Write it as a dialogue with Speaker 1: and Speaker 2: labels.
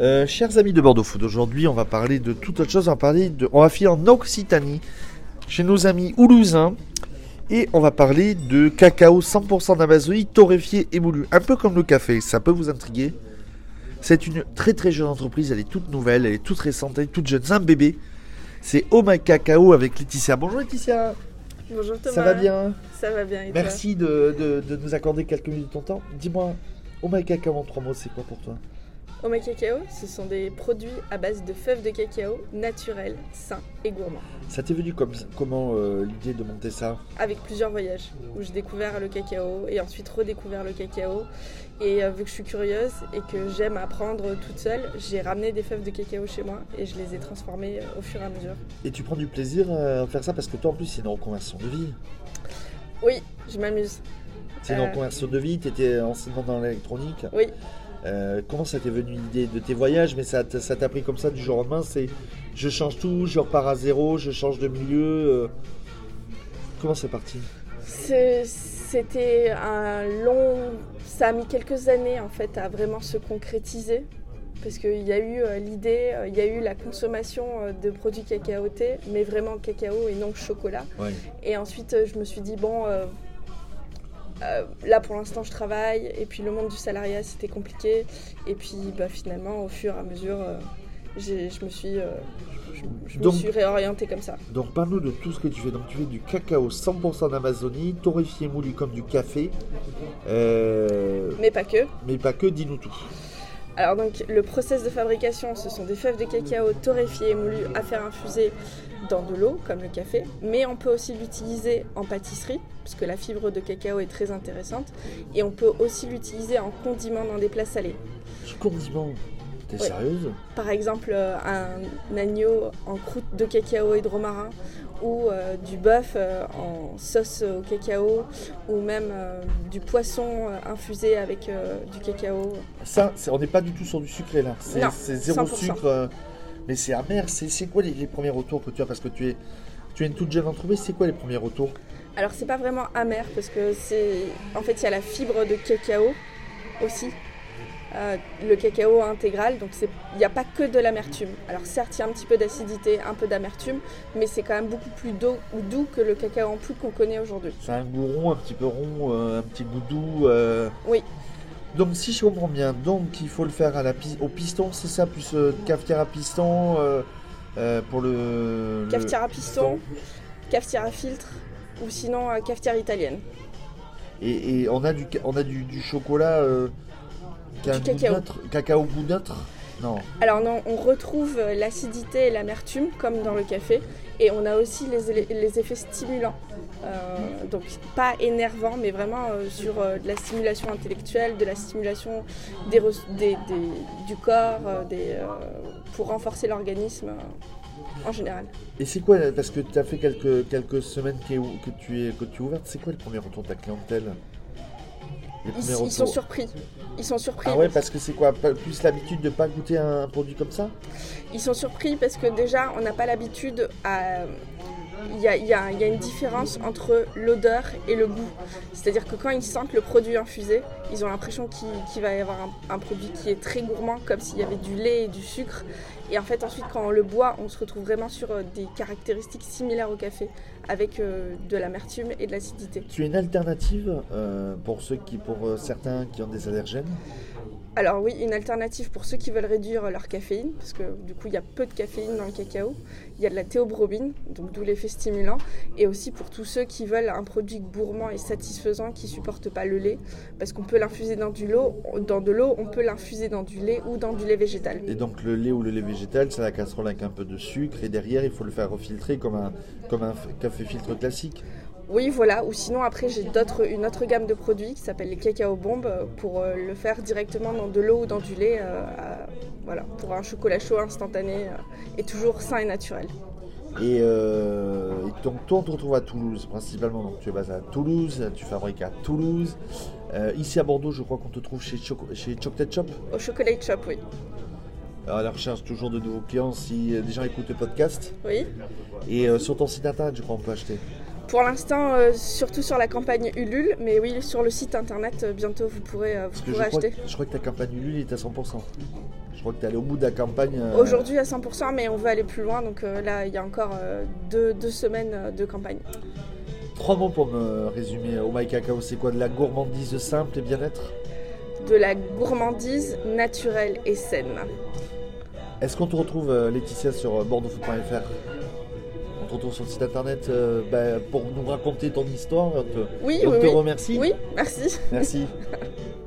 Speaker 1: Euh, chers amis de Bordeaux Food, aujourd'hui on va parler de toute autre chose, on va parler de, on va filer en Occitanie, chez nos amis Oulousains, et on va parler de cacao 100% d'Amazonie torréfié et moulu, un peu comme le café, ça peut vous intriguer. C'est une très très jeune entreprise, elle est toute nouvelle, elle est toute récente, elle est toute jeune, c'est un bébé. C'est Oh My Cacao avec Laetitia. Bonjour Laetitia,
Speaker 2: Bonjour Thomas.
Speaker 1: ça va bien
Speaker 2: Ça va bien. Et toi
Speaker 1: Merci de, de- de nous accorder quelques minutes de ton temps. Dis-moi, Oh My Cacao en trois mots, c'est quoi pour toi
Speaker 2: Oma Cacao, ce sont des produits à base de fèves de cacao naturels, sains et gourmands.
Speaker 1: Ça t'est venu comme, comment euh, l'idée de monter ça
Speaker 2: Avec plusieurs voyages où j'ai découvert le cacao et ensuite redécouvert le cacao. Et euh, vu que je suis curieuse et que j'aime apprendre toute seule, j'ai ramené des fèves de cacao chez moi et je les ai transformées euh, au fur et à mesure.
Speaker 1: Et tu prends du plaisir euh, à faire ça parce que toi en plus c'est une reconversion de vie.
Speaker 2: Oui, je m'amuse.
Speaker 1: C'est une
Speaker 2: Euh.
Speaker 1: reconversion de vie, tu étais enseignant dans l'électronique.
Speaker 2: Oui.
Speaker 1: Euh, comment ça t'est venu l'idée de tes voyages Mais ça t- ça t'a pris comme ça du jour au lendemain C'est je change tout, je repars à zéro, je change de milieu. euh. Comment c'est parti
Speaker 2: Ce- C'était un long. Ça a mis quelques années en fait à vraiment se concrétiser. Parce qu'il y a eu euh, l'idée, euh, il y a eu la consommation euh, de produits cacaotés, mais vraiment cacao et non chocolat.
Speaker 1: Ouais.
Speaker 2: Et ensuite, euh, je me suis dit, bon, euh, euh, là pour l'instant je travaille, et puis le monde du salariat c'était compliqué. Et puis bah, finalement, au fur et à mesure, euh, j'ai- je me suis, euh, je me
Speaker 1: Donc-
Speaker 2: suis réorientée comme ça.
Speaker 1: Donc parle-nous de tout ce que tu fais. Donc tu fais du cacao 100% d'Amazonie, torréfié moulu comme du café. Euh,
Speaker 2: Mais pas que.
Speaker 1: mais pas que, dis-nous tout.
Speaker 2: Alors donc le process de fabrication, ce sont des fèves de cacao torréfiées et moulues à faire infuser dans de l'eau comme le café, mais on peut aussi l'utiliser en pâtisserie parce que la fibre de cacao est très intéressante et on peut aussi l'utiliser en condiment dans des plats salés.
Speaker 1: Du condiment. T'es
Speaker 2: Ouais.
Speaker 1: sérieuse
Speaker 2: Par exemple euh, un agneau en croûte de cacao et de romarin ou euh, du bœuf euh, en sauce au cacao ou même euh, du poisson euh, infusé avec euh, du cacao.
Speaker 1: Ça, c'est- on n'est pas du tout sur du sucré là. C'est
Speaker 2: Non,
Speaker 1: c'est zéro
Speaker 2: 100%.
Speaker 1: sucre. euh, mais c'est amer. C'est c'est quoi les, les premiers retours que tu as Parce que tu es, tu es une toute jeune entreprise. C'est quoi les premiers retours
Speaker 2: Alors c'est pas vraiment amer parce que c'est en fait il y a la fibre de cacao aussi. Euh, le cacao intégral, donc c'est- il n'y a pas que de l'amertume. Alors certes, il y a un petit peu d'acidité, un peu d'amertume, mais c'est quand même beaucoup plus doux, doux que le cacao en poudre qu'on connaît aujourd'hui.
Speaker 1: C'est un goût rond, un petit peu rond, euh, un petit goût doux. euh.
Speaker 2: Oui.
Speaker 1: Donc si je comprends bien, donc il faut le faire à la pi- au piston, c'est ça, plus euh, cafetière à piston euh, euh, pour le. le-
Speaker 2: Cafetière à piston, cafetière à filtre, ou sinon euh, cafetière italienne.
Speaker 1: Et, et on a du, ca- on a du, du chocolat. euh, qui a
Speaker 2: Du
Speaker 1: un goût
Speaker 2: cacao.
Speaker 1: neutre, cacao goût neutre. Non.
Speaker 2: Alors non, on retrouve euh, l'acidité et l'amertume comme dans le café, et on a aussi les, éle- les effets stimulants. Euh, donc pas énervant, mais vraiment euh, sur euh, de la stimulation intellectuelle, de la stimulation des res- des- des- du corps, euh, des, euh, pour renforcer l'organisme euh, en général.
Speaker 1: Et c'est quoi, parce que tu as fait quelques, quelques semaines qu'est- que, tu es, que tu es ouverte, c'est quoi le premier retour de ta clientèle Les
Speaker 2: Ils,
Speaker 1: premiers
Speaker 2: ils
Speaker 1: retours
Speaker 2: sont surpris. Ils sont surpris.
Speaker 1: Ah ouais, parce que c'est quoi pas- Plus l'habitude de pas goûter un, produit comme ça
Speaker 2: Ils sont surpris parce que déjà, on n'a pas l'habitude à... Il y, a, il y a- il y a une différence entre l'odeur et le goût. C'est-à-dire que quand ils sentent le produit infusé, ils ont l'impression qu'il qu'il va y avoir un, un produit qui est très gourmand, comme s'il y avait du lait et du sucre. Et en fait, ensuite, quand on le boit, on se retrouve vraiment sur euh, des caractéristiques similaires au café, avec euh, de l'amertume et de l'acidité.
Speaker 1: Tu es une alternative euh, pour ceux qui, pour euh, certains qui ont des allergènes.
Speaker 2: Alors oui, une alternative pour ceux qui veulent réduire leur caféine, parce que du coup il y a peu de caféine dans le cacao. Il y a de la théobromine, donc d'où l'effet stimulant, et aussi pour tous ceux qui veulent un produit gourmand et satisfaisant qui supporte pas le lait, parce qu'on peut l'infuser dans du l'eau, dans de l'eau, on peut l'infuser dans du lait ou dans du lait végétal.
Speaker 1: Et donc le lait ou le lait végétal, c'est la casserole avec un peu de sucre et derrière il faut le faire refiltrer comme un, comme un f- café filtre classique.
Speaker 2: Oui, voilà. Ou sinon après j'ai d'autres, une autre gamme de produits qui s'appelle les cacao bombes euh, pour euh, le faire directement dans de l'eau ou dans du lait, euh, à- voilà, pour un chocolat chaud instantané euh, et toujours sain et naturel.
Speaker 1: Et, euh, et donc toi on te retrouve à Toulouse principalement, donc tu es basé à Toulouse, tu fabriques à Toulouse. Euh, ici à Bordeaux je crois qu'on te trouve chez, Choco- chez Chocolate Shop.
Speaker 2: Au chocolat shop, oui.
Speaker 1: à la recherche toujours de nouveaux clients si euh, des gens écoutent le podcast.
Speaker 2: Oui.
Speaker 1: Et euh, sur ton site internet je crois on peut acheter.
Speaker 2: Pour l'instant, euh, surtout sur la campagne Ulule, mais oui, sur le site internet, euh, bientôt vous pourrez, euh, vous
Speaker 1: Parce que
Speaker 2: pourrez
Speaker 1: je crois,
Speaker 2: acheter.
Speaker 1: je crois que ta campagne Ulule est à 100%. Je crois que tu es allé au bout de la campagne. euh,
Speaker 2: Aujourd'hui à 100%, mais on veut aller plus loin. Donc euh, là, il y a encore euh, deux, deux semaines euh, de campagne.
Speaker 1: Trois mots pour me résumer. Oh My Cacao, c'est quoi De la gourmandise simple et bien-être
Speaker 2: De la gourmandise naturelle et saine.
Speaker 1: Est-ce qu'on te retrouve, euh, Laetitia, sur euh, bordeauxfoot.fr On te retrouve sur le site internet euh, bah, pour nous raconter ton histoire. on te-
Speaker 2: Oui,
Speaker 1: on
Speaker 2: oui,
Speaker 1: te
Speaker 2: oui.
Speaker 1: remercie.
Speaker 2: Oui, merci.
Speaker 1: Merci.